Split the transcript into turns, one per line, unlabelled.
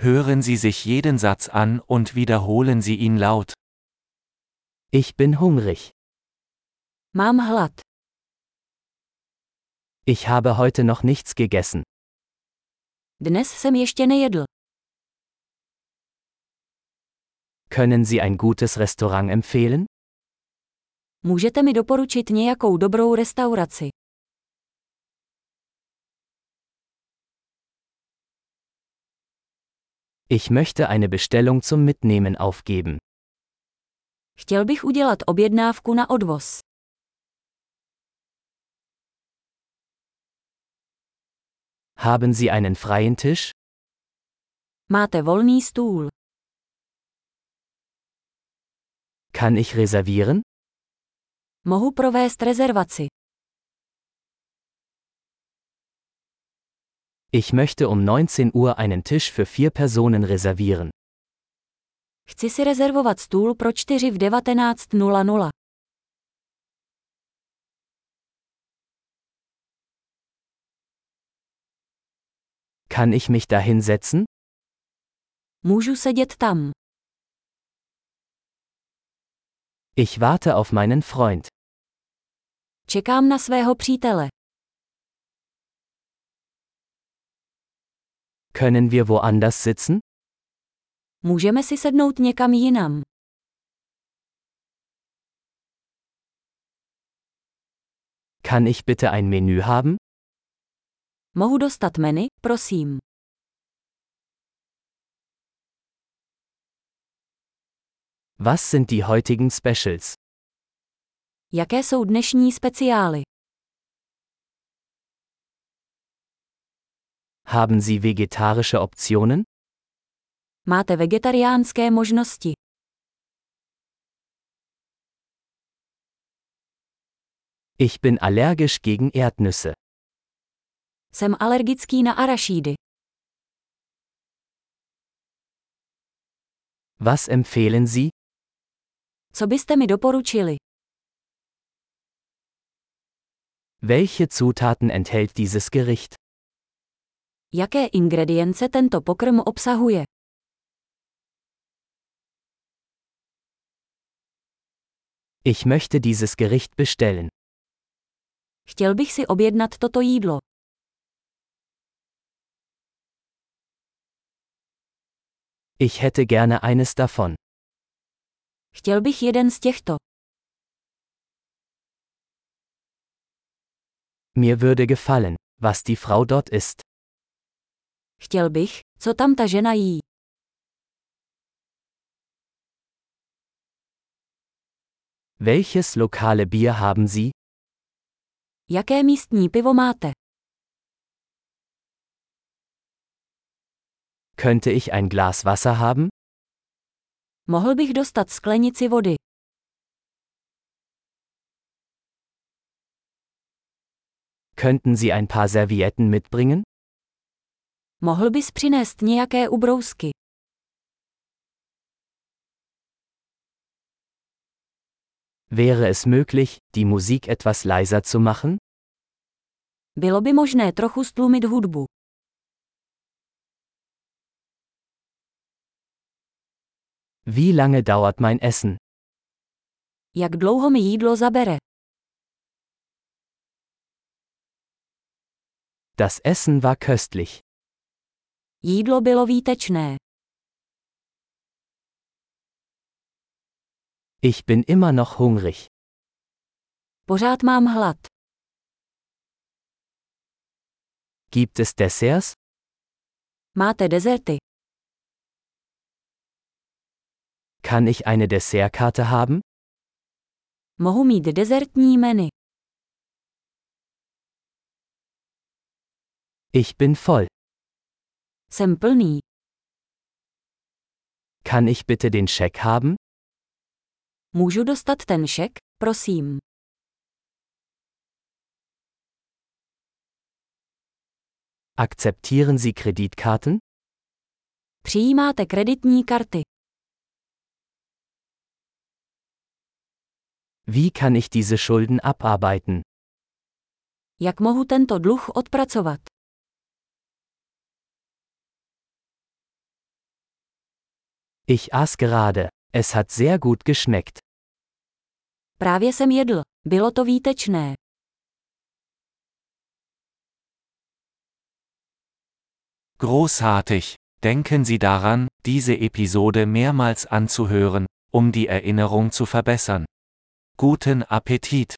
Hören Sie sich jeden Satz an und wiederholen Sie ihn laut.
Ich bin hungrig.
Mám hlad.
Ich habe heute noch nichts gegessen.
Dnes jsem ještě nejedl.
Können Sie ein gutes Restaurant empfehlen?
Můžete mi doporučit nějakou dobrou restauraci?
Ich möchte eine Bestellung zum Mitnehmen aufgeben.
Chtěl bych udělat objednávku na odvoz.
Haben Sie einen freien Tisch?
Máte volný stůl.
Kann ich reservieren?
Mohu provést rezervaci.
Ich möchte um 19 Uhr einen Tisch für vier Personen reservieren.
Chci si rezervovat stůl pro 4 v 19.00.
Kann ich mich dahin setzen?
Můžu sedět tam.
Ich warte auf meinen Freund.
Čekám na svého přítele.
Können wir woanders sitzen?
Můžeme si sednout někam jinam.
Kann ich bitte ein Menü haben?
Mohu dostat menu, prosím.
Was sind die heutigen Specials?
Jaké jsou dnešní speciály?
Haben Sie vegetarische Optionen?
Máte vegetariánské možnosti.
Ich bin allergisch gegen Erdnüsse.
Jsem alergický na arašídy.
Was empfehlen Sie?
Co byste mi doporučili?
Welche Zutaten enthält dieses Gericht?
Jaké ingredience tento pokrm obsahuje?
Ich möchte dieses Gericht bestellen.
Chtěl bych si objednat toto jídlo.
Ich hätte gerne eines davon.
Chtěl bych jeden z těchto.
Mir würde gefallen, was die Frau dort isst.
Chtěl bych, co tam ta žena jí.
Welches lokale Bier haben Sie?
Jaké místní pivo máte?
Könnte ich ein Glas Wasser haben?
Mohl bych dostat sklenici vody.
Könnten Sie ein paar Servietten mitbringen?
Mohl bys přinést nějaké ubrousky.
Wäre es möglich, die Musik etwas leiser zu machen?
Bylo by možné trochu stlumit hudbu.
Wie lange dauert mein Essen?
Jak dlouho mi jídlo zabere?
Das Essen war köstlich.
Jídlo bylo výtečné.
Ich bin immer noch hungrig.
Pořád mám hlad.
Gibt es Desserts?
Máte dezerty.
Kann ich eine Dessertkarte haben?
Mohu mít dezertní menu.
Ich bin voll.
Jsem plný.
Kann ich bitte den Scheck haben?
Můžu dostat ten šek, prosím.
Akzeptieren Sie Kreditkarten?
Přijímáte kreditní karty.
Wie kann ich diese Schulden abarbeiten?
Jak mohu tento dluh odpracovat?
Ich aß gerade. Es hat sehr gut geschmeckt.
Právě jsem jedl. Bylo to výtečné.
Großartig! Denken Sie daran, diese Episode mehrmals anzuhören, um die Erinnerung zu verbessern. Guten Appetit!